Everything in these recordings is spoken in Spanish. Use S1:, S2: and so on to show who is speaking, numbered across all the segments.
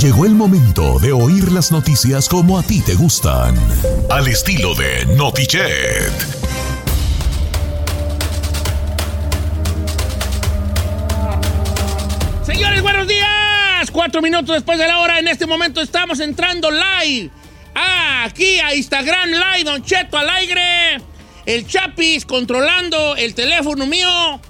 S1: Llegó el momento de oír las noticias como a ti te gustan. Al estilo de Notichet.
S2: Señores, buenos días. Cuatro minutos después de la hora, en este momento estamos entrando live. Aquí a Instagram Live, Don Cheto al aire. El Chapis controlando el teléfono mío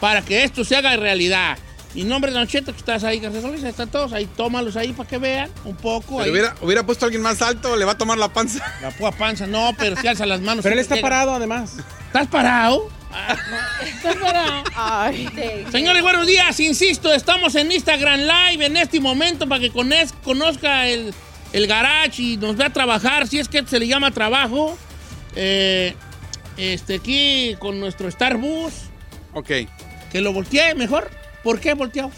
S2: para que esto se haga realidad. Mi nombre es Don Cheto, que estás ahí, García Solís, están todos ahí, tómalos ahí para que vean un poco.
S3: Pero
S2: ahí.
S3: hubiera, hubiera puesto a alguien más alto, le va a tomar la panza.
S2: La púa panza, no, pero se alza las manos.
S4: Pero él está
S2: Llega.
S4: parado además.
S2: ¿Estás parado? Ah, no, ¿Estás parado? Señores, buenos días. Insisto, estamos en Instagram Live en este momento para que conoz- conozca el, el garage y nos vea trabajar, si es que se le llama trabajo. Eh, este, aquí con nuestro Starbus.
S3: Ok.
S2: Que lo volteé mejor. ¿Por qué volteado?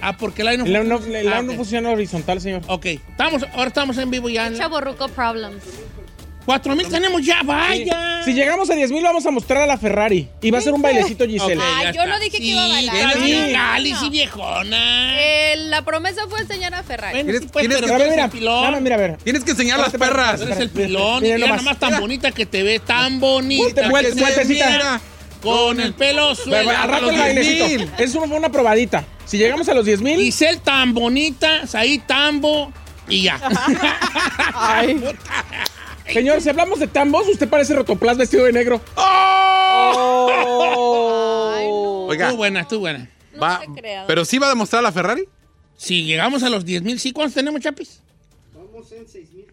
S2: Ah, porque el aire no
S4: El lado no,
S2: funciona.
S4: el lado
S2: Ah,
S4: no
S2: ok.
S4: funciona horizontal, señor.
S2: Ok, estamos, ahora estamos en vivo ya.
S5: Chaborruco problems.
S2: 4000 tenemos ya, vaya.
S4: Si llegamos a 10.000 vamos a mostrar a la Ferrari. Y va a ser un bailecito, Giselle.
S2: Ok,
S5: Ah,
S2: ya
S5: yo no dije que iba a bailar.
S2: está
S4: Sí.
S2: bien, Cali,
S5: No.
S2: sí, viejona.
S5: Eh, la promesa fue enseñar a Ferrari.
S2: Bueno,
S3: ¿Tienes-
S2: sí, pues,
S3: tienes
S2: pero
S4: Pero a
S2: tú
S4: ver,
S2: eres
S4: mira,
S2: el pilón.
S4: dame, mira, a ver.
S3: Tienes que enseñar las perras.
S2: Tú eres el pilón.
S4: Mira
S2: y mira
S4: nomás.
S2: nomás tan
S4: Mira.
S2: bonita que te ve, tan bonita.
S4: Vuelta,
S2: que
S4: vuelta,
S2: te
S4: vueltecita.
S2: mira, Con el pelo
S4: Ve, ve,
S2: suelto.
S4: Al rato
S2: Los
S4: el
S2: 10,000.
S4: bailecito. Es una, una probadita. Si llegamos a los 10.000,
S2: Giselle tan bonita, Saí tambo y ya.
S4: señor, si hablamos de tambos, usted parece rotoplas vestido de negro.
S5: Ay, no.
S3: Oiga,
S2: Tú buena, tú buena.
S5: No
S3: va,
S5: se crea.
S3: pero sí va a demostrar a la Ferrari.
S2: Si llegamos a los 10 mil, ¿sí cuántos tenemos, Chapis?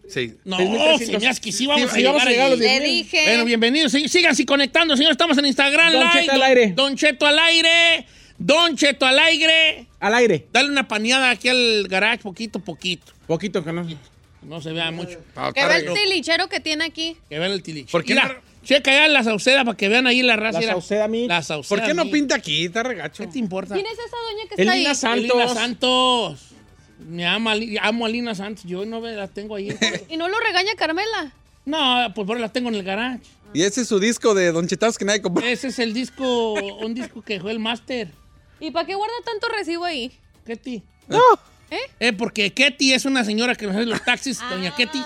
S3: Sí.
S2: No,
S4: 6,300.
S2: se me hace que sí vamos
S4: Sí,
S2: a
S4: sí, vamos
S2: llegar
S4: a llegar a los
S2: allí.
S4: 10,000.
S5: Le dije.
S2: Bueno, bienvenidos. Sí, Síganse conectando, señor. Estamos en Instagram
S4: Don
S2: Live.
S4: Cheto al aire.
S2: Don Cheto al aire. Don Cheto al aire.
S4: Al aire.
S2: Dale una paneada aquí al garage, poquito a poquito.
S4: Poquito, que no.
S2: No se vea mucho.
S3: Ah,
S5: Que ve el
S3: carga.
S5: tilichero que tiene aquí.
S2: Que vean el tiliche.
S3: ¿Por qué
S2: Mira, checa ya la sauceda para que vean ahí la raza.
S4: La
S2: mira.
S4: sauceda, mi.
S2: La sauceda.
S3: ¿Por qué no
S2: mi.
S3: pinta aquí? Está regacho.
S2: ¿Qué te importa?
S5: ¿Quién es esa doña que está ahí?
S4: Elina Santos.
S2: Alina Santos. Me ama, Ali- amo a Alina Santos. Yo no ve- la tengo ahí.
S5: Y no lo regaña Carmela.
S2: no, pues bueno, la tengo en el garage.
S3: Y ese es su disco de Don Chetazos que nadie compró.
S2: Ese es el disco, un disco que dejó el máster.
S5: ¿Y para qué guarda tanto recibo ahí?
S2: Ketty.
S5: ¿Eh?
S2: Eh, porque Ketty es una señora que nos hace los taxis, doña Ketty.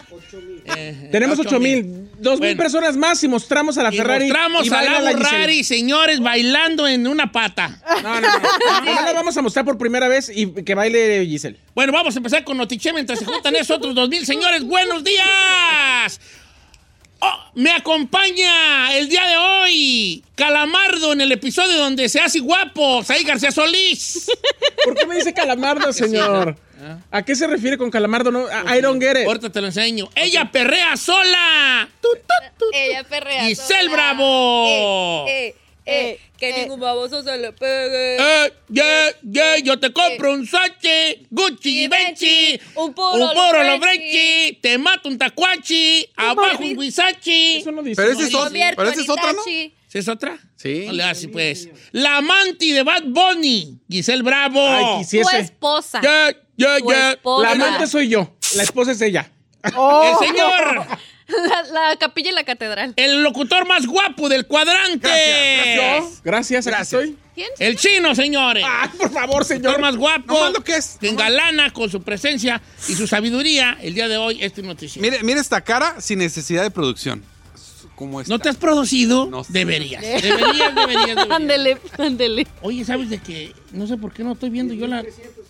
S2: Eh,
S4: Tenemos
S2: ocho
S4: 8.000. 2.000
S2: Bueno.
S4: personas más y mostramos a la
S2: Y
S4: Ferrari.
S2: mostramos
S4: y
S2: a
S4: baila
S2: la
S4: Giselle.
S2: Ferrari, señores, bailando en una pata.
S4: No, no, no. Ahora la vamos a mostrar por primera vez y que baile Giselle.
S2: Bueno, vamos a empezar con Notiche mientras se juntan esos otros dos mil señores. ¡Buenos días! Oh, me acompaña el día de hoy Calamardo en el episodio donde se hace guapo, Saí García Solís.
S4: ¿Por qué me dice calamardo, señor?
S3: Ah.
S4: ¿A qué se refiere con calamardo? No, I don't get it.
S2: Ahorita te lo enseño. Ella perrea sola. Tu, tu, tu, tu.
S5: Ella perrea.
S2: Giselle
S5: sola.
S2: Bravo.
S5: Eh, eh, que ningún baboso se le pegue.
S2: Eh, yeah, yeah, yo te compro un Sachi, Gucci y
S5: Eh, Y
S2: Benchi,
S5: Benchi, un puro
S2: Lobrechi, te mato un tacuachi, abajo un guisachi.
S4: Eso no dice.
S3: Pero ese es,
S5: Yo
S3: otro-
S5: vierto
S3: pero ese
S5: en
S3: es otra, ¿no?
S5: Itachi.
S2: ¿Sí es otra?
S3: Sí.
S2: No le hace, pues. La amante de Bad Bunny, Giselle Bravo.
S4: Ay,
S5: Tu
S4: quisiese.
S5: esposa.
S2: Yeah, yeah,
S5: Tu
S2: yeah.
S5: esposa.
S4: La
S2: ah.
S4: amante soy yo. La esposa es ella.
S3: Oh.
S2: El señor,
S5: La, la capilla y la catedral.
S2: el locutor más guapo del cuadrante.
S3: Gracias,
S4: Gracias, aquí
S3: Gracias.
S4: estoy.
S5: ¿Quién?
S2: El chino, señores.
S4: Ay, por favor,
S2: El
S4: señor.
S2: más guapo.
S3: Nomás lo que es.
S2: Que engalana con su presencia y su sabiduría el día de hoy este noticiero.
S3: Mire, mire esta cara sin necesidad de producción. como está.
S2: ¿No te has producido?
S3: No sé.
S2: Deberías. Deberías, deberías, deberías.
S5: Ándele, ándele.
S2: Oye, ¿sabes de qué? No sé por qué no estoy viendo yo la...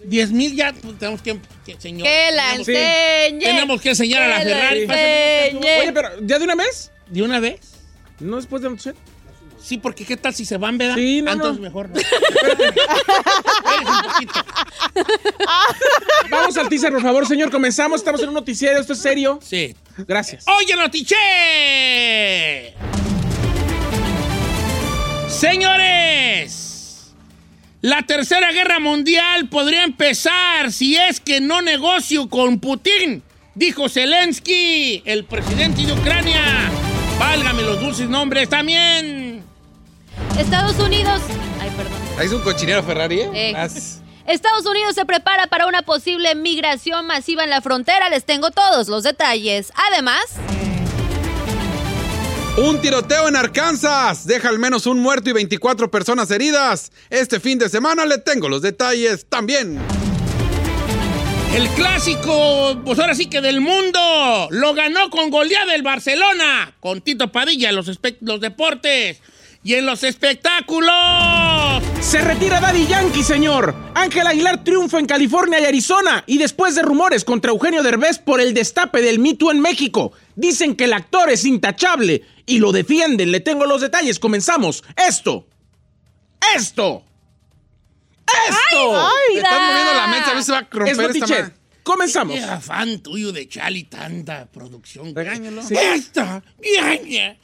S2: 10 mil ya pues, tenemos que... que- señor,
S5: Que la
S2: tenemos,
S5: enseñe.
S2: tenemos que enseñar a la
S5: Que la
S2: Ferrari.
S5: enseñe.
S4: Oye, pero ¿ya de una vez?
S2: ¿De una vez?
S4: ¿No después de anochecer?
S2: Sí, porque ¿qué tal si se van, verdad?
S4: Sí, no,
S2: Ah,
S4: no.
S2: Entonces mejor no. Espérate un poquito.
S4: Vamos al teaser, por favor, señor. Comenzamos, estamos en un noticiero, esto es serio.
S2: Sí.
S4: Gracias.
S2: ¡Oye, Notiche! Señores, la tercera guerra mundial podría empezar si es que no negocio con Putin, dijo Zelensky, el presidente de Ucrania. Válgame los dulces nombres también.
S5: Estados Unidos. Ay, perdón.
S3: Ahí es un cochinero Ferrari, ¿eh?
S5: Eh.
S3: As-
S5: Estados Unidos se prepara para una posible migración masiva en la frontera. Les tengo todos los detalles. Además,
S3: Un tiroteo en Arkansas deja al menos un muerto y 24 personas heridas. Este fin de semana le tengo los detalles también.
S2: El clásico, pues ahora sí que del mundo, lo ganó con goleada del Barcelona, con Tito Padilla en los, espe- los deportes y en los espectáculos.
S4: Se retira Daddy Yankee, señor. Ángel Aguilar triunfa en California y Arizona. Y después de rumores contra Eugenio Derbez por el destape del Me Too en México, dicen que el actor es intachable y lo defienden. Le tengo los detalles. Comenzamos. Esto. Esto. Esto.
S3: Le estás moviendo la mesa, a ver si va a romper
S4: es
S3: esta
S4: Notichet.
S3: madre.
S4: Comenzamos.
S2: Qué afán tuyo de Chali, tanta producción. güey.
S3: Regáñalo.
S2: ¡Esta! ¡Ñaña!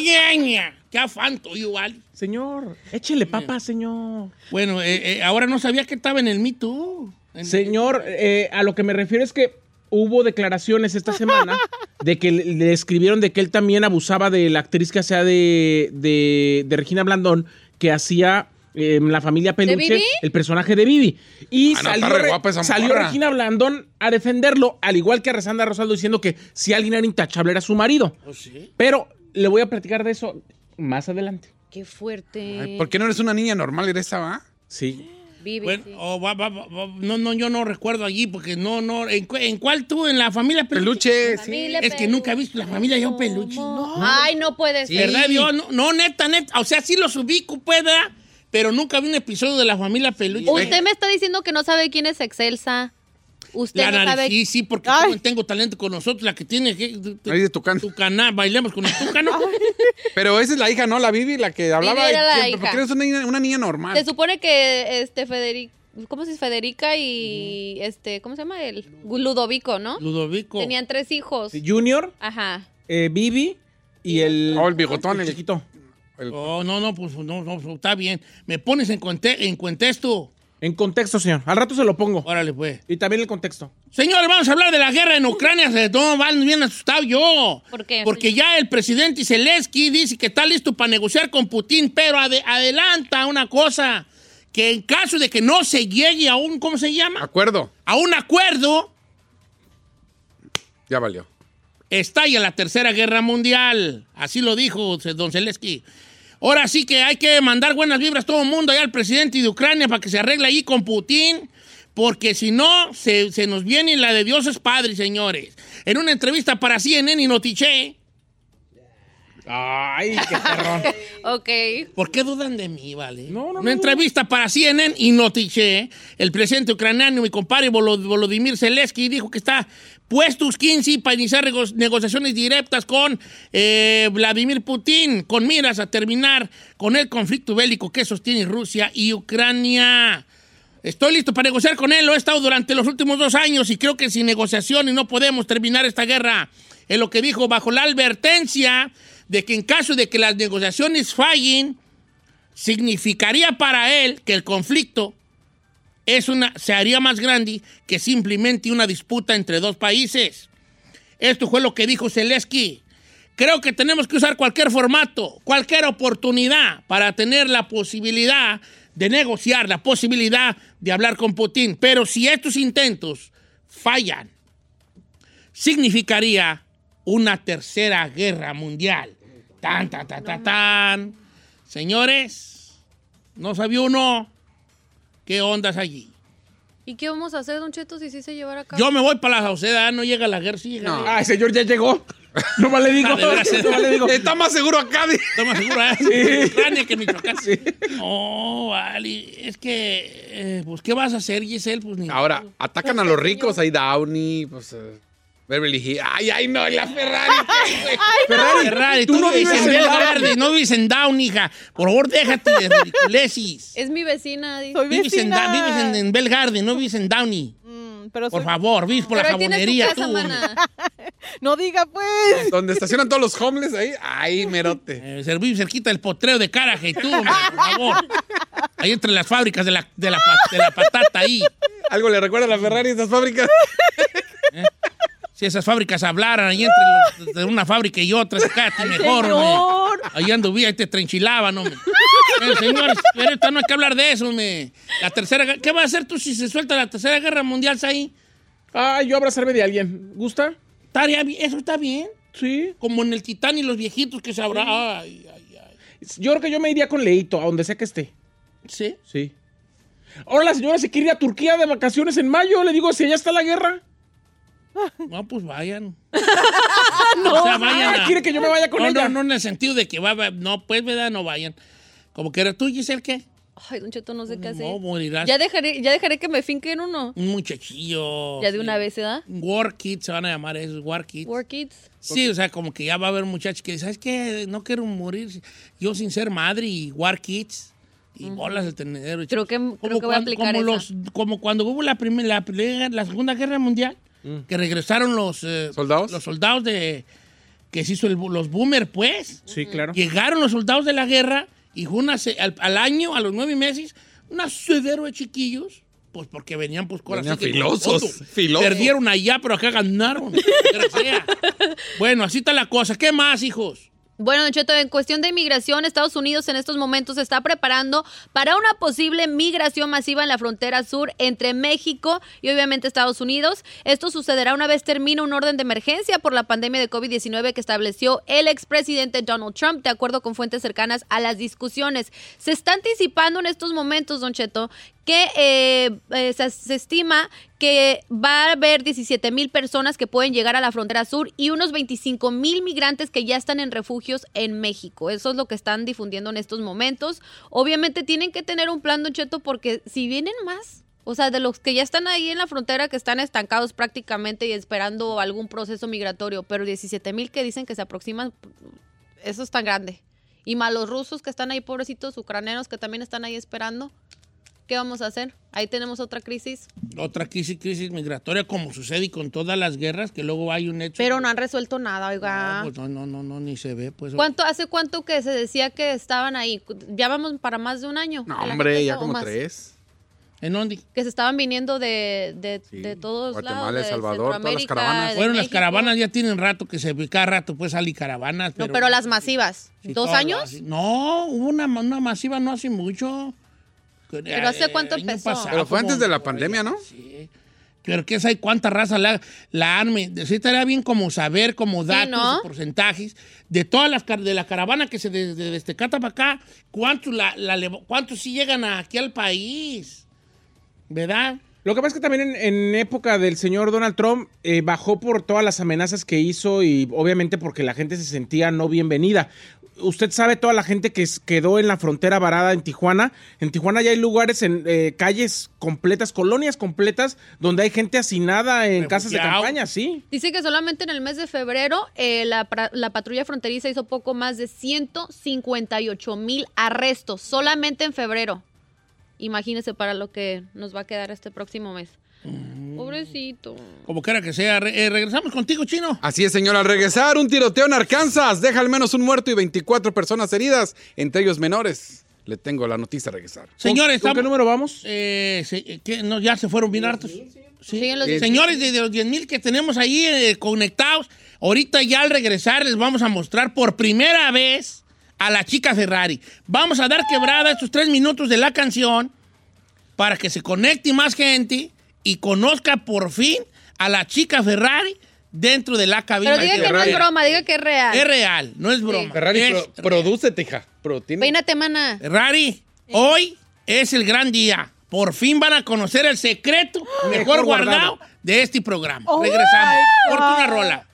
S2: ¡Ñaña! ¡Qué afán tuyo, Al!
S4: Señor, échele papa, señor.
S2: Bueno, eh, eh, ahora no sabía que estaba en el Me Too. En-
S4: Señor, eh, a lo que me refiero es que hubo declaraciones esta semana de que le- le escribieron de que él también abusaba de la actriz que hacía de, de- de Regina Blandón, que hacía eh, en la familia Peluche
S5: Vivi?
S4: el personaje de Vivi. Y
S3: Ah, no,
S4: salió,
S3: está re
S4: re-
S3: guapa esa
S4: salió
S3: morra.
S4: Regina Blandón a defenderlo, al igual que a Resanda Rosaldo diciendo que si alguien era intachable era su marido.
S2: ¿Oh, sí?
S4: Pero le voy a platicar de eso más adelante.
S5: qué fuerte.
S3: Ay, ¿Por qué no eres una niña normal, eres esa, va?
S4: Sí.
S5: Vive,
S2: Bueno,
S5: sí.
S2: oh, va, va, va, va. no, no, yo no recuerdo allí porque no, no. ¿En, cu- en cuál tú? ¿En la familia Peluche?
S3: Peluche, sí.
S5: Familia
S2: Es que
S5: Peluche.
S2: nunca he visto la familia yo Peluche. No.
S5: Ay, no puede ser.
S2: ¿Verdad, Dios? No, no, neta, neta. O sea, sí los ubico, pues, ¿verdad? Pero nunca vi un episodio de la familia Peluche.
S5: Usted me está diciendo que no sabe quién es Excelsa. Usted
S2: La
S5: no
S2: nariz,
S5: sabe.
S2: sí, sí, porque tengo- tengo talento con nosotros, la que tiene que- tu- tu-
S3: Ahí de Tucán.
S2: Tucaná, bailemos con el tucano.
S3: Pero esa es la hija, ¿no? La Vivi, la que hablaba.
S5: era la
S3: siempre,
S5: hija.
S3: Porque eres una niña, una niña normal.
S5: Se supone que este Federico. ¿Cómo se dice? Federica y este. ¿Cómo se llama él? Ludovico, ¿no?
S2: Ludovico.
S5: Tenían tres hijos.
S4: Junior,
S5: Ajá.
S4: eh, Vivi y el...
S3: Oh, el bigotón, el-
S4: chiquito.
S2: Oh, no, no, pues no, no, no, está bien. Me pones en, conte- en contexto.
S4: En contexto, señor. Al rato se lo pongo.
S2: Órale, pues.
S4: Y también el contexto.
S2: Señores, vamos a hablar de la guerra en Ucrania. Se- No, van bien asustado yo.
S5: ¿Por qué?
S2: Porque ya el presidente Zelensky dice que está listo para negociar con Putin, pero ade- adelanta una cosa, que en caso de que no se llegue a un, ¿cómo se llama?
S3: Acuerdo.
S2: A un acuerdo,
S3: Ya valió.
S2: estalla la Tercera Guerra Mundial. Así lo dijo don Zelensky. Ahora sí que hay que mandar buenas vibras todo el mundo allá al presidente de Ucrania para que se arregle ahí con Putin, porque si no, se, se nos viene la de Dios es Padre, señores. En una entrevista para CNN y Notiche,
S4: Ay, qué perrón.
S5: Ok.
S2: ¿por qué dudan de mí, vale?
S4: No, no, no,
S2: una
S4: no.
S2: entrevista para CNN y Notiche, el presidente ucraniano, mi compadre Volo- Volodymyr Zelensky, dijo que está puestos 15 para iniciar nego- negociaciones directas con eh, Vladimir Putin, con miras a terminar con el conflicto bélico que sostiene Rusia y Ucrania. Estoy listo para negociar con él. Lo he estado durante los últimos dos años y creo que sin negociaciones no podemos terminar esta guerra. Es lo que dijo bajo la advertencia de que en caso de que las negociaciones fallen, significaría para él que el conflicto es una, se haría más grande que simplemente una disputa entre dos países. Esto fue lo que dijo Zelensky. Creo que tenemos que usar cualquier formato, cualquier oportunidad para tener la posibilidad de negociar, la posibilidad de hablar con Putin. Pero si estos intentos fallan, significaría una tercera guerra mundial. Tan, tan, tan, tan, tan. Señores, no sabía uno qué ondas allí.
S5: ¿Y qué vamos a hacer, Don Cheto, si sí se llevara a cabo?
S2: Yo me voy para la Sauceda, no llega la guerra, sí llega.
S3: No.
S2: Ah,
S4: Ay, señor, ya llegó. No más le digo.
S2: Ah, de veras, eh.
S4: No más le digo.
S3: Está más seguro acá. di-
S2: Está más seguro, ¿eh? Ucrania que Michoacán. No, vale. Es que, eh, pues, ¿qué vas a hacer, Giselle? Pues ni.
S3: Ahora, atacan a los ricos. Ahí Downey, pues. eh, Beverly Hills. Ay, ay, no, y la Ferrari. qué güey.
S2: Ferrari, Ferrari, tú,
S4: no
S2: no vives
S4: vives
S2: en
S4: en
S2: Bell
S4: Down.
S2: Gardens, no vives en Down, hija. Por favor, déjate de ridiculeces.
S5: Es mi Eh, vecina. dice.
S6: Soy
S2: Vives en, Da-
S6: vecina.
S2: vives en, en Bell Garden, no vives en Downey.
S6: Mm, pero
S2: Por
S6: soy-
S2: favor, vives por la
S5: Pero ahí tienes
S2: jabonería
S5: tu casa,
S2: tú.
S5: mana.
S6: No diga pues.
S3: Donde estacionan todos los homeless ahí. Ay, merote.
S2: Eh, ser- vives cerquita del potreo de Caraje, tú, hombre, por favor. Ahí entre las fábricas de la, de la, pa- de la patata ahí.
S3: Algo le recuerda a la Ferrari a estas fábricas.
S2: Si esas fábricas hablaran, ahí entre los- de una fábrica y otra, sacate mejor, hombre.
S6: Señor.
S2: Ahí anduvía y te trenchilaban, hombre. Eh, señores, pero ahorita no hay que hablar de eso, hombre. La tercera, gue- ¿qué va a hacer tú si se suelta la tercera guerra mundial, ahí?
S4: Ay, yo abrazarme de alguien. ¿Gusta?
S2: Tarea bi- Eso está bien.
S4: Sí.
S2: Como en el Titán y los viejitos que se habrá. Ay, ay, ay.
S4: Yo creo que yo me iría con Leito, a donde sea que esté.
S2: ¿Sí?
S4: Sí. Ahora la señora se quiere ir a Turquía de vacaciones en mayo. Le digo, si allá está la guerra.
S2: No, pues vayan. no, o sea, vayan.
S4: Ah,
S2: a-
S4: quiere que yo me vaya con
S2: no,
S4: ella.
S2: no, no, en el sentido de que va, va- no, pues, ¿verdad? No vayan. Como que eres tú, Giselle, ¿qué?
S5: Ay, Don Cheto, no sé qué hacer.
S2: No, morirás.
S5: Ya dejaré, ya dejaré que me finquen uno.
S2: Un muchachillo.
S5: Ya de una
S2: sí.
S5: vez, ¿verdad?
S2: War Kids se van a llamar esos, War Kids.
S5: War Kids.
S2: Sí, o sea, como que ya va a haber muchachos que dicen, ¿sabes qué? No quiero morir yo sin ser madre y War Kids. Y bolas de tenedero. y
S5: Creo que-
S2: chicos.
S5: creo que voy a
S2: cuando-
S5: aplicar
S2: como
S5: esa.
S2: los- como cuando hubo la, primera la, pelea- la Segunda Guerra Mundial, que regresaron los... eh,
S3: ¿Soldados?
S2: Los soldados de... Que se hizo el bu- los boomer, pues.
S4: Sí, claro.
S2: Llegaron los soldados de la guerra y fue una se- al, al año, a los nueve meses, una sudero de chiquillos, pues porque venían pues con
S3: Venían
S2: así que-
S3: filosos,
S2: todo.
S3: filosos.
S2: Perdieron allá, pero acá ganaron. Pero sea. bueno, así está la cosa. ¿Qué más, hijos?
S5: Bueno, Don Cheto, en cuestión de inmigración, Estados Unidos en estos momentos se está preparando para una posible migración masiva en la frontera sur entre México y obviamente Estados Unidos. Esto sucederá una vez termine un orden de emergencia por la pandemia de COVID-19 que estableció el expresidente Donald Trump, de acuerdo con fuentes cercanas a las discusiones. Se está anticipando en estos momentos, Don Cheto, que eh, eh, se, se estima que va a haber 17 mil personas que pueden llegar a la frontera sur y unos 25 mil migrantes que ya están en refugios en México. Eso es lo que están difundiendo en estos momentos. Obviamente tienen que tener un plan, Don Cheto, porque si vienen más, o sea, de los que ya están ahí en la frontera, que están estancados prácticamente y esperando algún proceso migratorio, pero 17 mil que dicen que se aproximan, eso es tan grande. Y más los rusos que están ahí, pobrecitos ucranianos que también están ahí esperando. ¿Qué vamos a hacer? Ahí tenemos otra crisis,
S2: Otra crisis, crisis migratoria, como sucede y con todas las guerras, que luego hay un hecho.
S5: pero no han resuelto nada, oiga.
S2: No, pues, no, no, no, no, ni se ve, pues.
S5: ¿Cuánto, ¿Hace cuánto que se decía que estaban ahí? Ya vamos para más de un año.
S3: No,
S5: que la
S3: hombre,
S5: gente-
S3: ya
S5: o
S3: como
S5: más,
S3: tres.
S2: ¿En dónde?
S5: Que se estaban viniendo de, de,
S3: Sí,
S5: de todos
S3: Guatemala,
S5: lados.
S3: El
S5: de
S3: Salvador, todas las
S5: Centroamérica,
S3: caravanas.
S5: de
S2: Bueno, las
S5: México.
S2: caravanas ya tienen rato que se cada rato, pues salen caravanas.
S5: No, pero las masivas.
S2: Sí, todo
S5: ¿Dos
S2: lo
S5: años?
S2: hace. No, hubo una, ma- una masiva no hace mucho.
S5: ¿Pero hace cuánto empezó?
S3: Pero fue antes de la pandemia, ¿no?
S2: Sí. Pero qué sabe cuánta raza la, la arme. Sí, estaría bien como saber, como datos,
S5: ¿no?
S2: y porcentajes de todas las car- de la caravana que se de- de- desde Tecata para acá, cuántos la, la levo- cuántos sí llegan aquí al país. ¿Verdad?
S4: Lo que pasa es que también en, en época del señor Donald Trump eh, bajó por todas las amenazas que hizo y obviamente porque la gente se sentía no bienvenida. Usted sabe toda la gente que s- quedó en la frontera varada en Tijuana. En Tijuana ya hay lugares, en eh, calles completas, colonias completas, donde hay gente hacinada en casas de
S2: Refugiado.
S4: campaña, sí.
S5: Dice que solamente en el mes de febrero eh, la, pra- la patrulla fronteriza hizo poco más de 158 mil arrestos, solamente en febrero. Imagínese para lo que nos va a quedar este próximo mes.
S2: Mm.
S5: Pobrecito.
S2: Como quiera que sea. Re- eh, regresamos contigo, chino.
S3: Así es, señor. Al regresar, un tiroteo en Arkansas deja al menos un muerto y 24 personas heridas, entre ellos menores. Le tengo la noticia al regresar.
S2: Señores,
S4: ¿Con qué
S2: estamos-
S4: número vamos?
S2: Eh, se- eh, ¿qué? No, ya se fueron bien hartos. Sí.
S5: Sí, en los
S2: Eh,
S5: 10,000.
S2: Señores, de de los 10 mil que tenemos ahí eh, conectados, ahorita ya al regresar les vamos a mostrar por primera vez a la chica Ferrari. Vamos a dar quebrada estos tres minutos de la canción para que se conecte más gente y conozca por fin a la chica Ferrari dentro de la cabina.
S5: Pero diga que no es broma, diga que es real.
S2: Es real, no es broma. Es
S3: producete, hija. Pero tiene-
S5: Peínate, mana.
S2: Ferrari, hoy es el gran día. por fin van a conocer el secreto mejor
S4: Mejor guardado.
S2: guardado de este programa.
S6: Oh
S2: regresamos.
S6: my
S2: Corta
S6: God.
S2: una rola.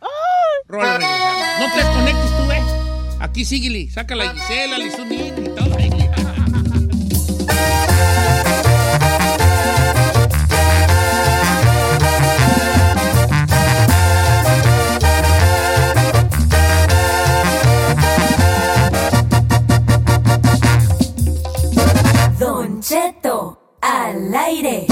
S2: Rola, regresamos. No te desconectes tú, eh. Aquí síguele. Saca la Gisela, Lizunini y todo. ahí.
S7: Don Cheto, al aire.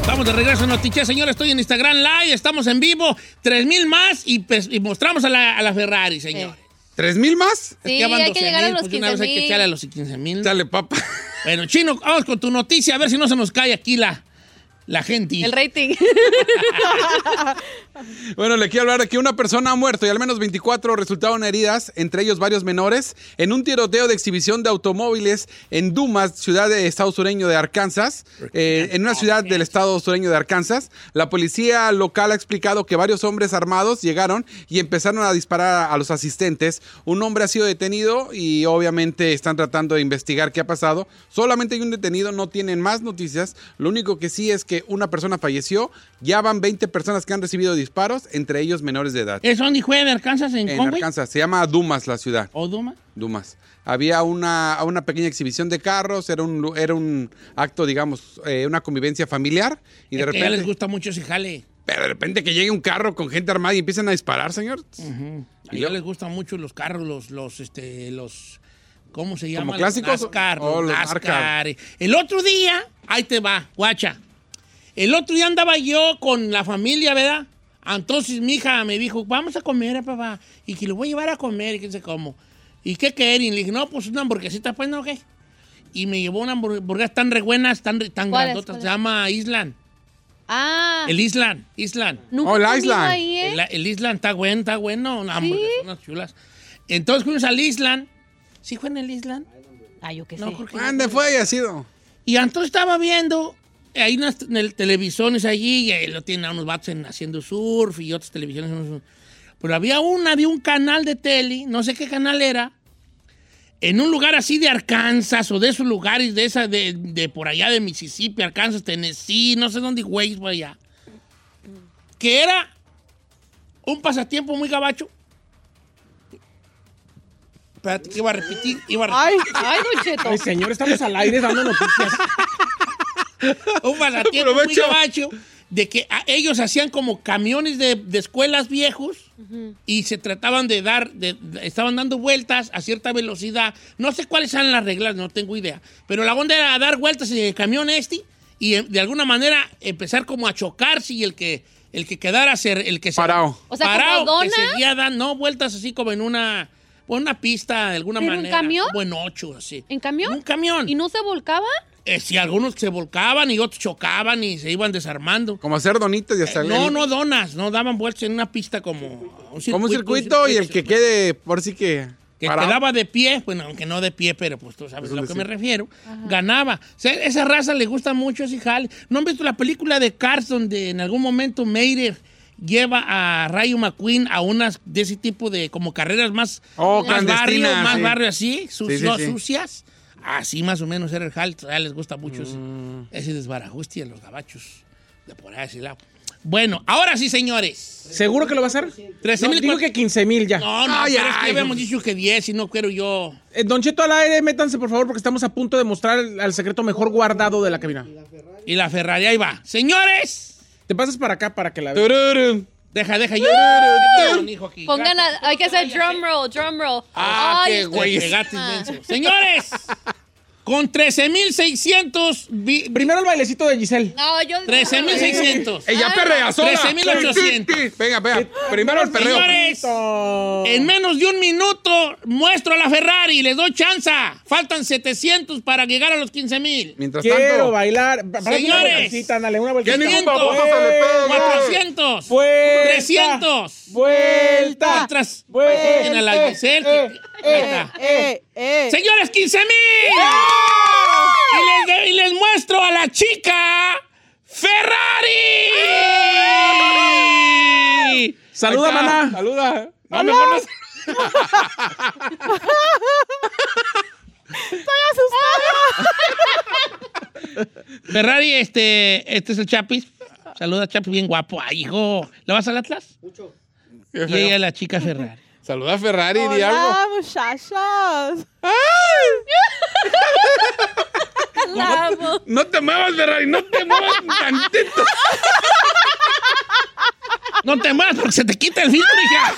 S2: Estamos de regreso en Notiche, señor. Estoy en Instagram Live. Estamos en vivo. 3000 más y, pues, y mostramos a la, a la Ferrari, señor.
S3: ¿Tres mil más?
S2: Es
S5: Sí,
S2: ya van
S5: hay que llegar
S2: 12,000,
S5: a los
S2: pues, de Una vez hay que
S5: 15,000.
S2: echarle a los 15 mil.
S3: Dale, papá.
S2: Bueno, Chino, vamos con tu noticia, a ver si no se nos cae aquí la, la gente.
S5: El rating.
S3: Bueno, le quiero hablar de que una persona ha muerto y al menos 24 resultaron heridas, entre ellos varios menores, en un tiroteo de exhibición de automóviles en Dumas, ciudad de estado sureño de Arkansas. Eh, en una ciudad del estado sureño de Arkansas, la policía local ha explicado que varios hombres armados llegaron y empezaron a disparar a, a los asistentes. Un hombre ha sido detenido y obviamente están tratando de investigar qué ha pasado. Solamente hay un detenido, no tienen más noticias. Lo único que sí es que una persona falleció. Ya van 20 personas que han recibido disparos, entre ellos menores de edad.
S2: ¿Es donde juega eh, de Arkansas en,
S3: En
S2: Conway?
S3: Arkansas, se llama Dumas la ciudad.
S2: ¿O Duma?
S3: Dumas. Había una, una pequeña exhibición de carros, era un, lu- era un acto, digamos, eh, una convivencia familiar. Y de
S2: Es que ya les
S3: repente,
S2: gusta mucho ese jale.
S3: pero de repente que llegue un carro con gente armada y empiecen a disparar, señor.
S2: A
S3: Y
S2: ellos
S3: luego-
S2: les gustan mucho los carros, los, los, este, los, ¿cómo se llama?
S3: ¿Como clásicos?
S2: Los NASCAR,
S3: Oh,
S2: los
S3: los
S2: NASCAR.
S3: NASCAR.
S2: El otro día, ahí te va, guacha. El otro día andaba yo con la familia, ¿verdad? Entonces mi hija me dijo, vamos a comer, eh, papá, y que lo voy a llevar a comer, y que sé cómo. ¿Y qué quieren? Y le dije, no, pues una hamburguesita, pues no, ¿qué? Y me llevó una hamburg- hamburguesas tan re buenas, tan, re- tan
S5: ¿Cuáles?
S2: grandotas,
S5: ¿Cuáles?
S2: se llama Island.
S5: Ah.
S2: El Island, Island.
S5: Nunca
S3: Oh, el
S5: he comido
S3: Island.
S5: ahí, ¿eh?
S2: El, el Island está bueno, está bueno. Una unas chulas. Entonces fuimos al Island. ¿Sí fue en el Island?
S5: Ah, yo qué sé.
S2: No, creo que no.
S3: ¿Dónde fue y ha sido?
S2: Y entonces estaba viendo, eh, hay unas en el, televisiones allí, y ahí lo tienen a unos vatos en- haciendo surf y otras televisiones. unos- Pero había una de un canal de tele, no sé qué canal era, en un lugar así de Arkansas o de esos lugares, de esa de, de por allá de Mississippi, Arkansas, Tennessee, no sé dónde, güey, por allá. Que era un pasatiempo muy gabacho. Espérate, que iba a repetir, iba a repetir.
S6: Ay, ay, Don Cheto.
S4: Ay, señor, estamos al aire dando noticias.
S2: un pasatiempo muy
S3: Aprovecho.
S2: gabacho de que a- ellos hacían como camiones de, de escuelas viejos y se trataban de dar, de- de- estaban dando vueltas a cierta velocidad. No sé cuáles eran las reglas, no tengo idea. Pero la onda era dar vueltas en el camión este y eh, de alguna manera empezar como a chocarse y el que, el que quedara, ser, el que se-
S3: Parado.
S5: O sea,
S2: parado,
S5: ¿como
S2: que
S5: dona?
S2: seguía dando no, vueltas así como en una, pues, una pista de alguna
S5: ¿Pero en
S2: manera.
S5: camión?
S2: Como en ocho, así.
S5: ¿En camión?
S2: Un camión.
S5: ¿Y no se volcaba?
S2: Eh, sí, algunos se volcaban y otros chocaban y se iban desarmando.
S3: Como hacer donitas y hasta el-
S2: Eh, No, no donas, no daban vueltas en una pista como un circuito. pues.
S3: Como un circuito y el que quede, por si que.
S2: Que
S3: parado.
S2: quedaba de pie, bueno, aunque no de pie, pero pues tú sabes a
S3: Eso
S2: lo que
S3: decía.
S2: me refiero, ganaba. O sea, esa raza le gusta mucho ese jale. ¿No han visto la película de Cars donde en algún momento Mayder lleva a Rayo McQueen a unas de ese tipo de como carreras más,
S3: Oh,
S2: más barrio,
S3: clandestinas,
S2: más
S3: sí.
S2: barrio así, sus,
S3: Sí, sí,
S2: no,
S3: sí.
S2: sucias? Así más o menos era el jale. Todavía les gusta mucho ese-
S3: Mm.
S2: ese desbarajuste a los gabachos de por ahí ese lado. Bueno, ahora sí, señores.
S4: ¿Seguro que lo va a hacer?
S2: 13,000
S4: No, digo
S2: cuatro-
S4: que 15 mil ya.
S2: No, no,
S3: Ay,
S2: pero es que
S3: ay.
S2: habíamos dicho que 10 y no quiero yo...
S4: Eh, Don Cheto al aire, métanse por favor porque estamos a punto de mostrar el- al secreto mejor guardado de la cabina.
S2: Y la Ferrari ahí va. Señores,
S4: Te pasas para acá para que la veas.
S3: Tururú.
S2: deja, deja yo. Un hijo aquí.
S5: Pongan,
S2: Gato.
S5: a- hay que hacer drum roll, drum roll.
S2: Ah,
S5: Ay, este
S2: qué
S5: estoy
S2: güey.
S5: encima.
S2: gato inmenso. Señores, con 13,600. vi-
S4: Primero el bailecito de Giselle.
S5: No, yo
S2: 13,600.
S3: Ella perrea sola.
S2: 13,800.
S3: Sí, sí, sí. Venga, venga. Primero el perreo.
S2: Señores, en menos de un minuto muestro la Ferrari. Les doy chance. Faltan 700 para llegar a los 15,000.
S3: Mientras
S4: Quiero
S3: tanto.
S4: bailar. Pa- párate una
S2: Señores.
S4: vueltecita, ándale, una vueltecita.
S3: Que ningún
S2: 500,
S3: baboso se le pegue.
S2: 400.
S4: Vuelta.
S2: 300.
S4: Vuelta.
S2: Otras.
S4: Vuelta.
S2: Tienen a la Giselle.
S4: Eh,
S2: que- Ahí está.
S6: Eh, eh.
S2: Señores, 15 mil. Y les, y les muestro a la chica Ferrari.
S4: Saluda,
S3: Ahí está,
S4: maná.
S3: Saluda. No, mejor no.
S2: Ferrari, este, este es el Chapis. Saluda a Chapis, bien guapo. Ay, hijo. ¿Le vas al Atlas?
S3: Qué
S2: Y
S3: feo.
S2: ella, la chica Ferrari.
S3: Saluda a Ferrari, di algo.
S6: Hola, muchachos.
S5: La amo.
S3: No te muevas, Ferrari, no te muevas tantito.
S2: No te muevas porque se te quita el filtro, hija.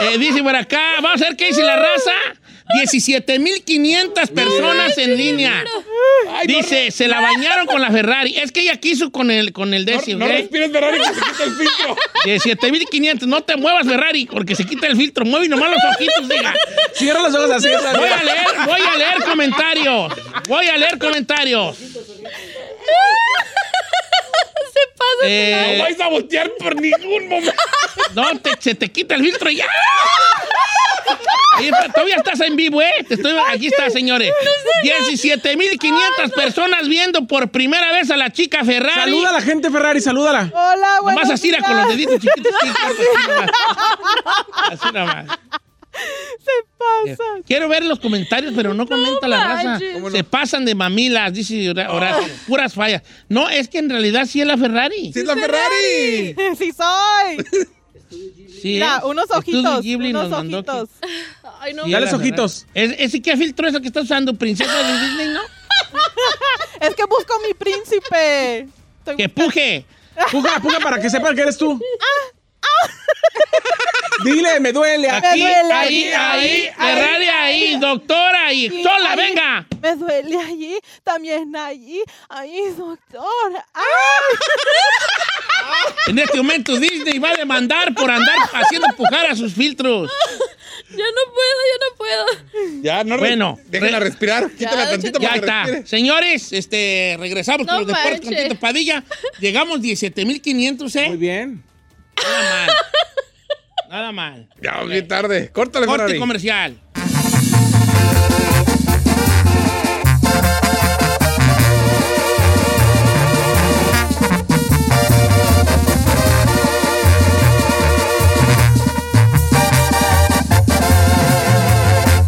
S2: Eh, dice por acá, vamos a ver qué dice la raza. 17.500 personas en línea. Dice, se la bañaron con la Ferrari. Es que ella quiso con el, con el décimo,
S3: No
S2: ¿ok?
S3: respires, Ferrari, que se quita el filtro.
S2: 17.500. No te muevas, Ferrari, porque se quita el filtro. Mueve nomás los ojitos, diga.
S4: Cierra los ojos así. esa-
S2: Voy a leer, voy a leer comentarios. Voy a leer comentarios.
S5: Se pasa.
S2: Eh,
S3: No vais a voltear por ningún momento.
S2: No, te- se te quita el filtro y ya. Oye, pero todavía estás en vivo, ¿eh? Te estoy- aquí está, señores. 17.500 personas viendo por primera vez a la chica Ferrari.
S4: Saluda a la gente, Ferrari, salúdala.
S6: Hola, buenos
S2: Nomás así, era con los
S6: días.
S2: deditos chiquitos. sí, corto, así nomás. Así nomás.
S6: Se pasa.
S2: Quiero ver los comentarios, pero no comenta la raza.
S5: manches.
S3: ¿Cómo no?
S2: Se pasan de mamilas, dice Hora- Horacio. Puras fallas. No, es que en realidad sí es la Ferrari.
S3: ¡Sí, es la Ferrari!
S6: Sí soy.
S2: Sí,
S6: Mira,
S2: es.
S6: unos
S2: Estudio
S6: ojitos,
S2: Ghibli nos
S6: unos
S2: mandó aquí.
S6: ojitos.
S5: Ay, no.
S2: Sí,
S4: Dale
S2: es la
S4: ojitos.
S2: Ferrari. ¿Es, ¿Ese qué filtro es el que estás usando? ¿Princesa de Disney, no?
S6: Es que busco mi príncipe. Estoy
S2: Que
S6: buscando-
S2: puje.
S4: Puja, puja para que sepan que eres tú. Dile, me duele.
S2: Aquí, ahí,
S6: duele, ahí,
S2: ahí,
S6: ahí,
S2: Ferrari ahí, doctora y
S6: Sí,
S2: sola,
S6: ahí.
S2: venga.
S6: Me duele allí, también allí. Ay, doctor. ¡Ah! Ay.
S2: En este momento Disney va a demandar por andar haciendo pujar a sus filtros.
S5: Ya no puedo, ya no puedo.
S3: Ya, no. re-
S2: Bueno,
S3: Déjala
S2: re-
S3: respirar. Quítala tantito
S2: Ya
S3: para que
S2: está.
S3: respire.
S2: Señores, este, regresamos
S5: No
S2: con los deportes con
S5: manches.
S2: Tito Padilla. Llegamos 17,500, ¿eh?
S4: Muy bien.
S2: Nada mal. Nada mal.
S3: Ya, bien tarde. Córtale,
S2: Corte
S3: Ferrari.
S2: comercial.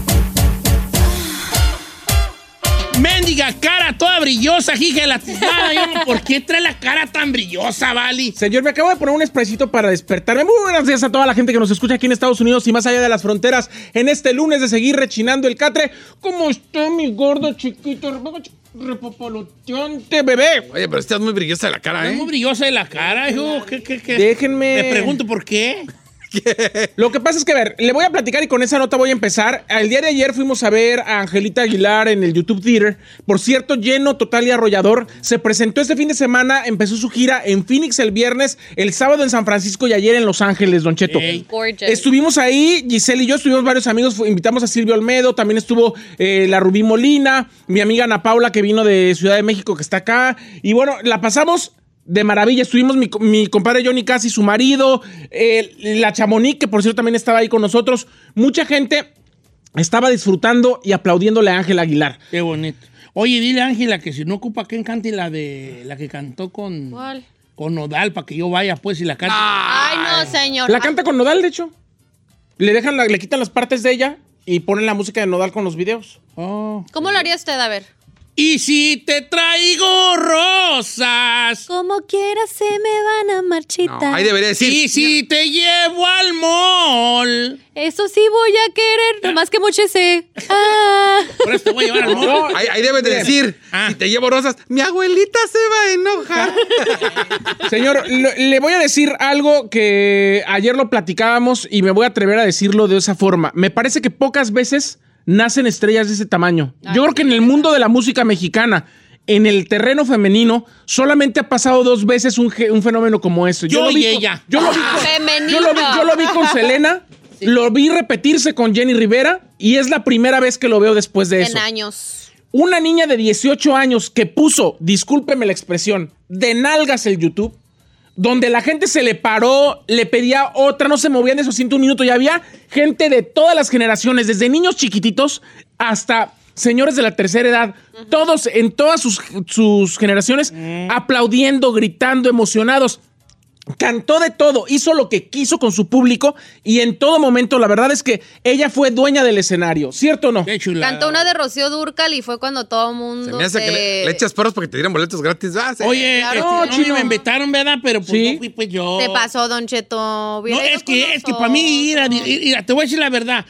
S2: Méndiga cara toda brillosa, aquí gelatinada. Yo no, ¿Por qué trae la cara tan brillosa, Vali?
S4: Señor, me acabo de poner un spraycito para despertarme. Muy buenos días a toda la gente que nos escucha aquí en Estados Unidos y más allá de las fronteras en este lunes de seguir rechinando el catre. ¿Cómo está mi gordo chiquito? Repopoloteante bebé.
S3: Oye, pero estás muy brillosa de la cara,
S2: Es
S3: ¿eh?
S2: muy brillosa de la cara, hijo. ¿Qué, qué, qué?
S4: Déjenme.
S2: Te pregunto por qué.
S4: Lo que pasa es que, a ver, le voy a platicar y con esa nota voy a empezar. El día de ayer fuimos a ver a Angelita Aguilar en el YouTube Theater. Por cierto, lleno, total y arrollador. Se presentó este fin de semana, empezó su gira en Phoenix el viernes, el sábado en San Francisco y ayer en Los Ángeles, Don Cheto.
S2: Ey.
S5: Gorgeous.
S4: Estuvimos ahí, Giselle y yo, estuvimos varios amigos, fu- invitamos a Silvio Olmedo, también estuvo eh, la Rubí Molina, mi amiga Ana Paula que vino de Ciudad de México que está acá. Y bueno, la pasamos de maravilla, estuvimos mi, co- mi compadre Johnny Casi, su marido, eh, la Chamonix, que por cierto también estaba ahí con nosotros. Mucha gente estaba disfrutando y aplaudiéndole a Ángel Aguilar.
S2: Qué bonito. Oye, dile a Ángela que si no ocupa que cante la de la que cantó con,
S5: ¿Cuál?
S2: con Nodal para que yo vaya, pues, y la cante.
S5: Ay, no, señor.
S4: La canta con Nodal, de hecho. Le, dejan la- le quitan las partes de ella y ponen la música de Nodal con los videos.
S2: Oh.
S5: ¿Cómo lo haría usted? A ver.
S2: Y si te traigo rosas.
S5: Como quiera se me van a marchitar.
S3: No, ahí debería decir.
S2: Y si te llevo al mall.
S5: Eso sí voy a querer, nomás que mochese. Ah.
S2: Por eso te voy a llevar al mall.
S3: Ahí, ahí debes de decir,
S2: Ah.
S3: si te llevo rosas, mi abuelita se va a enojar.
S4: Señor, lo- le voy a decir algo que ayer lo platicábamos y me voy a atrever a decirlo de esa forma. Me parece que pocas veces nacen estrellas de ese tamaño. Yo creo que en el mundo de la música mexicana, en el terreno femenino, solamente ha pasado dos veces un, ge- un fenómeno como este.
S2: Yo
S4: lo
S2: y
S4: vi con-
S2: ella.
S4: Yo lo vi con-
S5: Ah, Femenino.
S4: yo lo vi, yo lo vi con Selena, lo vi repetirse con Jenny Rivera y es la primera vez que lo veo después de eso.
S5: En años.
S4: Una niña de 18 años que puso, discúlpeme la expresión, de nalgas el YouTube, donde la gente se le paró, le pedía otra, no se movían de esos cinto un minuto y había gente de todas las generaciones, desde niños chiquititos hasta señores de la tercera edad, todos en todas sus, sus generaciones aplaudiendo, gritando, emocionados cantó de todo, hizo lo que quiso con su público y en todo momento la verdad es que ella fue dueña del escenario, ¿cierto o no?
S2: Qué chulada.
S5: Cantó una de Rocío Durcal y fue cuando todo el mundo.
S3: Se me hace que le,
S5: se-
S3: le echas perros porque te dieron boletos gratis. Ah, sí.
S2: Oye,
S5: Claro,
S2: este, no
S4: chino.
S2: me invitaron, ¿verdad? Pero pues
S4: Sí.
S2: no fui pues yo.
S5: Te pasó, Don Cheto.
S2: No,
S5: Hubiera ido
S2: es que,
S5: con
S2: es que para mí ir a,
S5: nosotros.
S2: ir- ir a- Te voy a decir la verdad.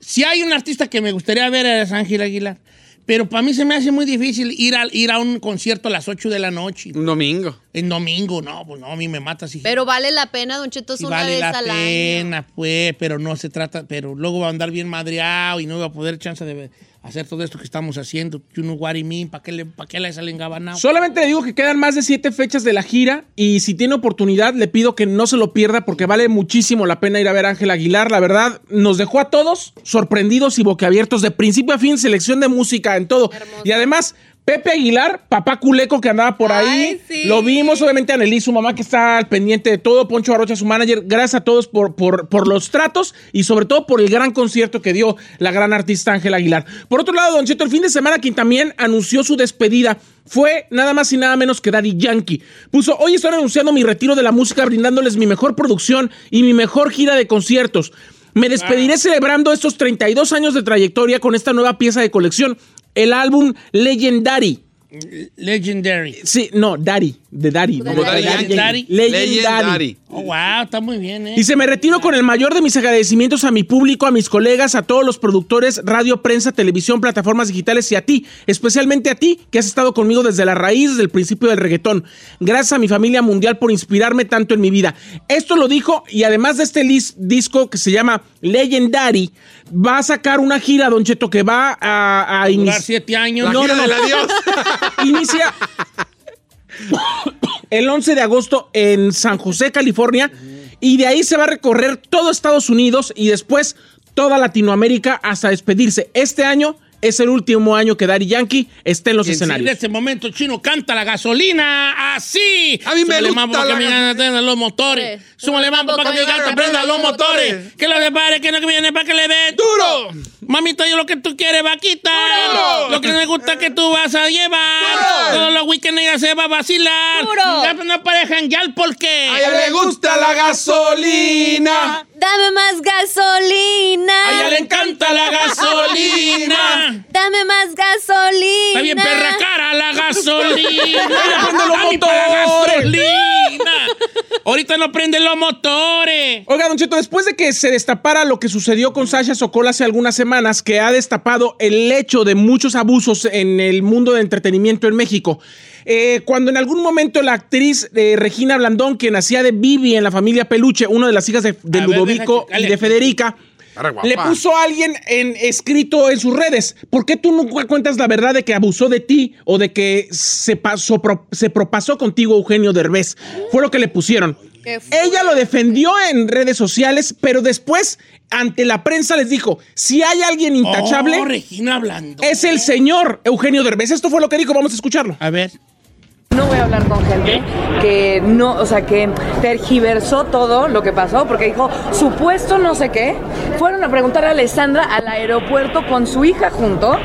S2: Si hay un artista que me gustaría ver es Ángel Aguilar. Pero para mí se me hace muy difícil ir a, ir a un concierto a las 8 de la noche.
S3: un domingo.
S2: En domingo, no, pues no, a mí me mata si.
S5: Pero vale la pena, Don Cheto, es
S2: Y
S5: una
S2: vale
S5: vez
S2: la
S5: al año.
S2: pena, pues, pero no se trata, pero luego va a andar bien madreado y no va a poder chance de hacer todo esto que estamos haciendo. You know what I mean, ¿para qué, le, pa' qué le salen gabanao?
S4: Solamente le digo que quedan más de siete fechas de la gira y si tiene oportunidad le pido que no se lo pierda porque vale muchísimo la pena ir a ver a Ángel Aguilar. La verdad, nos dejó a todos sorprendidos y boquiabiertos de principio a fin, selección de música en todo. Y además, Pepe Aguilar, papá culeco que andaba por
S5: Ay,
S4: ahí,
S5: sí.
S4: lo vimos, obviamente Anelí, su mamá que está al pendiente de todo, Poncho Arocha, su manager, gracias a todos por, por, por los tratos y sobre todo por el gran concierto que dio la gran artista Ángela Aguilar. Por otro lado, Don Cheto, el fin de semana quien también anunció su despedida fue nada más y nada menos que Daddy Yankee. Puso, hoy estoy anunciando mi retiro de la música brindándoles mi mejor producción y mi mejor gira de conciertos. Me despediré celebrando estos 32 años de trayectoria con esta nueva pieza de colección, el álbum Legendary.
S2: Legendary.
S4: Sí, no, Daddy, de Daddy.
S5: Como
S4: no,
S3: Daddy
S4: Yankee.
S2: Yankee.
S4: Legendary.
S3: Legendary.
S2: Oh, wow, está muy bien, ¿eh?
S4: Y se me retiro con el mayor de mis agradecimientos a mi público, a mis colegas, a todos los productores, radio, prensa, televisión, plataformas digitales y a ti, especialmente a ti, que has estado conmigo desde la raíz, desde el principio del reggaetón. Gracias a mi familia mundial por inspirarme tanto en mi vida. Esto lo dijo y además de este lis- disco que se llama Legendary, va a sacar una gira, Don Cheto, que va a, a
S2: Durar
S4: iniciar.
S2: siete años.
S3: La
S4: No,
S3: gira
S4: no,
S3: del
S4: no.
S3: adiós.
S4: Inicia el 11 de agosto en San José, California. Y de ahí se va a recorrer todo Estados Unidos y después toda Latinoamérica hasta despedirse. Este año es el último año que Daddy Yankee está en los
S3: Bien, sí,
S2: En
S4: escenarios.
S2: este momento, Chino canta la gasolina así.
S3: A mí me
S2: Súmale
S3: gusta
S2: mambo para
S3: la
S2: que
S3: gasolina.
S2: me prendan los motores.
S5: Sí.
S2: Súmale mambo para que me
S5: Claro,
S2: ganan, prendan los motores. Que lo separe, que no que viene para que le dé
S3: ¡Duro!
S2: Mamita, yo lo que tú quieres, vaquita.
S5: Duro.
S2: Lo que me gusta que tú vas a llevar.
S3: Duro.
S2: Todos los weekends ella se va a vacilar.
S5: Duro.
S2: Ya no para janguear porque.
S3: A ella le gusta la gasolina.
S5: Dame más gasolina.
S2: A ella le encanta la gasolina.
S5: Dame más gasolina.
S2: Está bien perra cara la gasolina.
S4: prende los
S2: A mí para la
S4: motores.
S2: gasolina. Ahorita no prenden los motores.
S4: Oiga, Don Cheto, después de que se destapara lo que sucedió con Sasha Sokol hace algunas semanas, que ha destapado el hecho de muchos abusos en el mundo de entretenimiento en México, eh, cuando en algún momento la actriz eh, Regina Blandón, que nacía de Bibi en la familia Peluche, una de las hijas de, de
S2: A ver,
S4: Ludovico
S2: deja que-
S4: y de Federica,
S3: Ahora, guapa.
S4: le puso a alguien en escrito en sus redes, ¿por qué tú nunca cuentas la verdad de que abusó de ti o de que se, pasó, pro- se propasó contigo Eugenio Derbez? Fue lo que le pusieron.
S5: Qué fuerte.
S4: Ella lo defendió en redes sociales, pero después ante la prensa les dijo, si hay alguien intachable,
S2: Oh, Regina hablando.
S4: es el señor Eugenio Derbez. Esto fue lo que dijo, vamos a escucharlo.
S2: A ver.
S8: No voy a hablar con gente que no, o sea, que tergiversó todo lo que pasó, porque dijo, supuesto no sé qué. Fueron a preguntar a Alessandra al aeropuerto con su hija junto,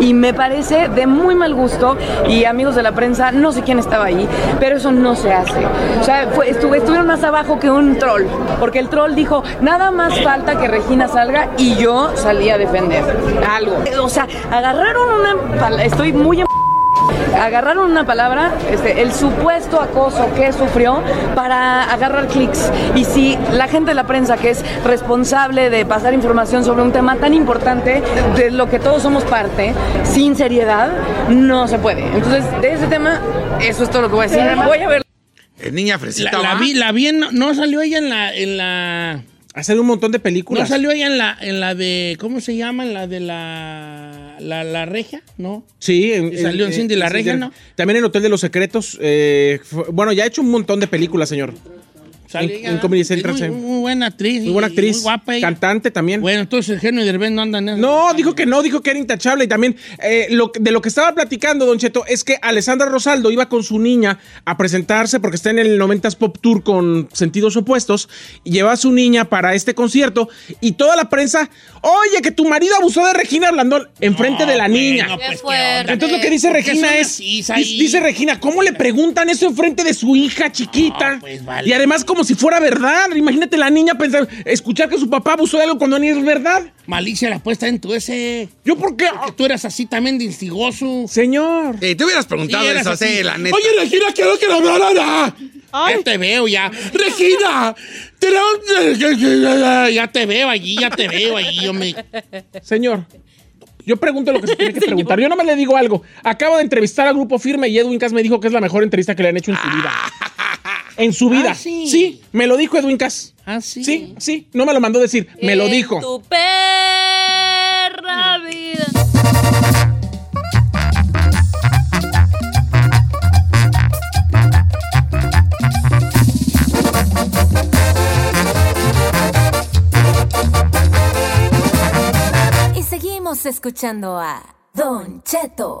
S8: y me parece de muy mal gusto. Y amigos de la prensa, no sé quién estaba ahí, pero eso no se hace. O sea, fue- estuve- estuvieron más abajo que un troll, porque el troll dijo, nada más falta que Regina salga, y yo salí a defender algo. O sea, agarraron una. pala- Estoy muy em- agarraron una palabra, este, el supuesto acoso que sufrió para agarrar clics. Y si la gente de la prensa que es responsable de pasar información sobre un tema tan importante, de lo que todos somos parte, sin seriedad, no se puede. Entonces, de ese tema, eso es todo lo que voy a decir. Voy a ver
S3: Es niña fresita.
S2: La, la
S3: ¿va?
S2: vi, la vi en- no salió ella en la, en la.
S4: Ha salido un montón de
S2: No
S4: películas.
S2: salió ella en la, en la de. ¿Cómo se llama? En la de la. La, la regia, ¿no?
S4: Sí, en, eh,
S2: Salió en Cindy la Regia, ¿no?
S4: También en Hotel de los Secretos. eh, fue- bueno, ya ha hecho un montón de películas, señor.
S2: Salió
S4: En-
S2: ella,
S4: en
S2: ¿no?
S4: Comedy
S2: Es
S4: Central,
S2: Muy,
S4: sí.
S2: muy buena actriz.
S4: Muy buena
S2: y- y
S4: actriz.
S2: Muy guapa ella.
S4: Cantante también.
S2: Bueno, entonces Genio y Derbez no andan en eso.
S4: No, dijo que no, dijo que era intachable. Y también eh, lo, que- de lo que estaba platicando, Don Cheto, es que Alessandra Rosaldo iba con su niña a presentarse porque está en el 90s Pop Tour con sentidos opuestos. Y lleva a su niña para este concierto y toda la prensa, oye, que tu marido abusó de Regina Blandón enfrente de la niña.
S2: No, pues, ¿qué onda?
S5: fuerte.
S4: Entonces lo que dice
S2: ¿Por qué
S4: Regina
S2: son
S4: es,
S2: así,
S4: dice,
S2: Saí?
S4: dice Regina, ¿cómo le preguntan eso enfrente de su hija chiquita?
S2: No, pues, vale.
S4: Y además como si fuera verdad. Imagínate la niña pensar, escuchar que su papá abusó de algo cuando ni es verdad.
S2: Malicia la puesta en tu ese.
S4: Yo por qué,
S2: Que tú eras así también de instigoso.
S4: señor.
S3: Eh, te hubieras preguntado
S2: Sí, eras
S3: eso,
S2: así.
S3: sí, la neta.
S2: Oye, Regina, quiero que la hablara.
S6: Ay.
S2: Ya te veo ya. Regina, te la- ya te veo allí, ya te veo allí, hombre.
S4: Señor, yo pregunto lo que se tiene que preguntar. Yo nomás le digo algo. Acabo de entrevistar al Grupo Firme y Edwin Cass me dijo que es la mejor entrevista que le han hecho en su vida. En su vida.
S2: Ah, sí.
S4: me lo dijo Edwin Cass.
S2: Ah, sí.
S4: Sí, sí, no me lo mandó decir, me lo
S5: En
S4: dijo.
S5: Tu perra vida.
S7: Y seguimos escuchando a Don Cheto.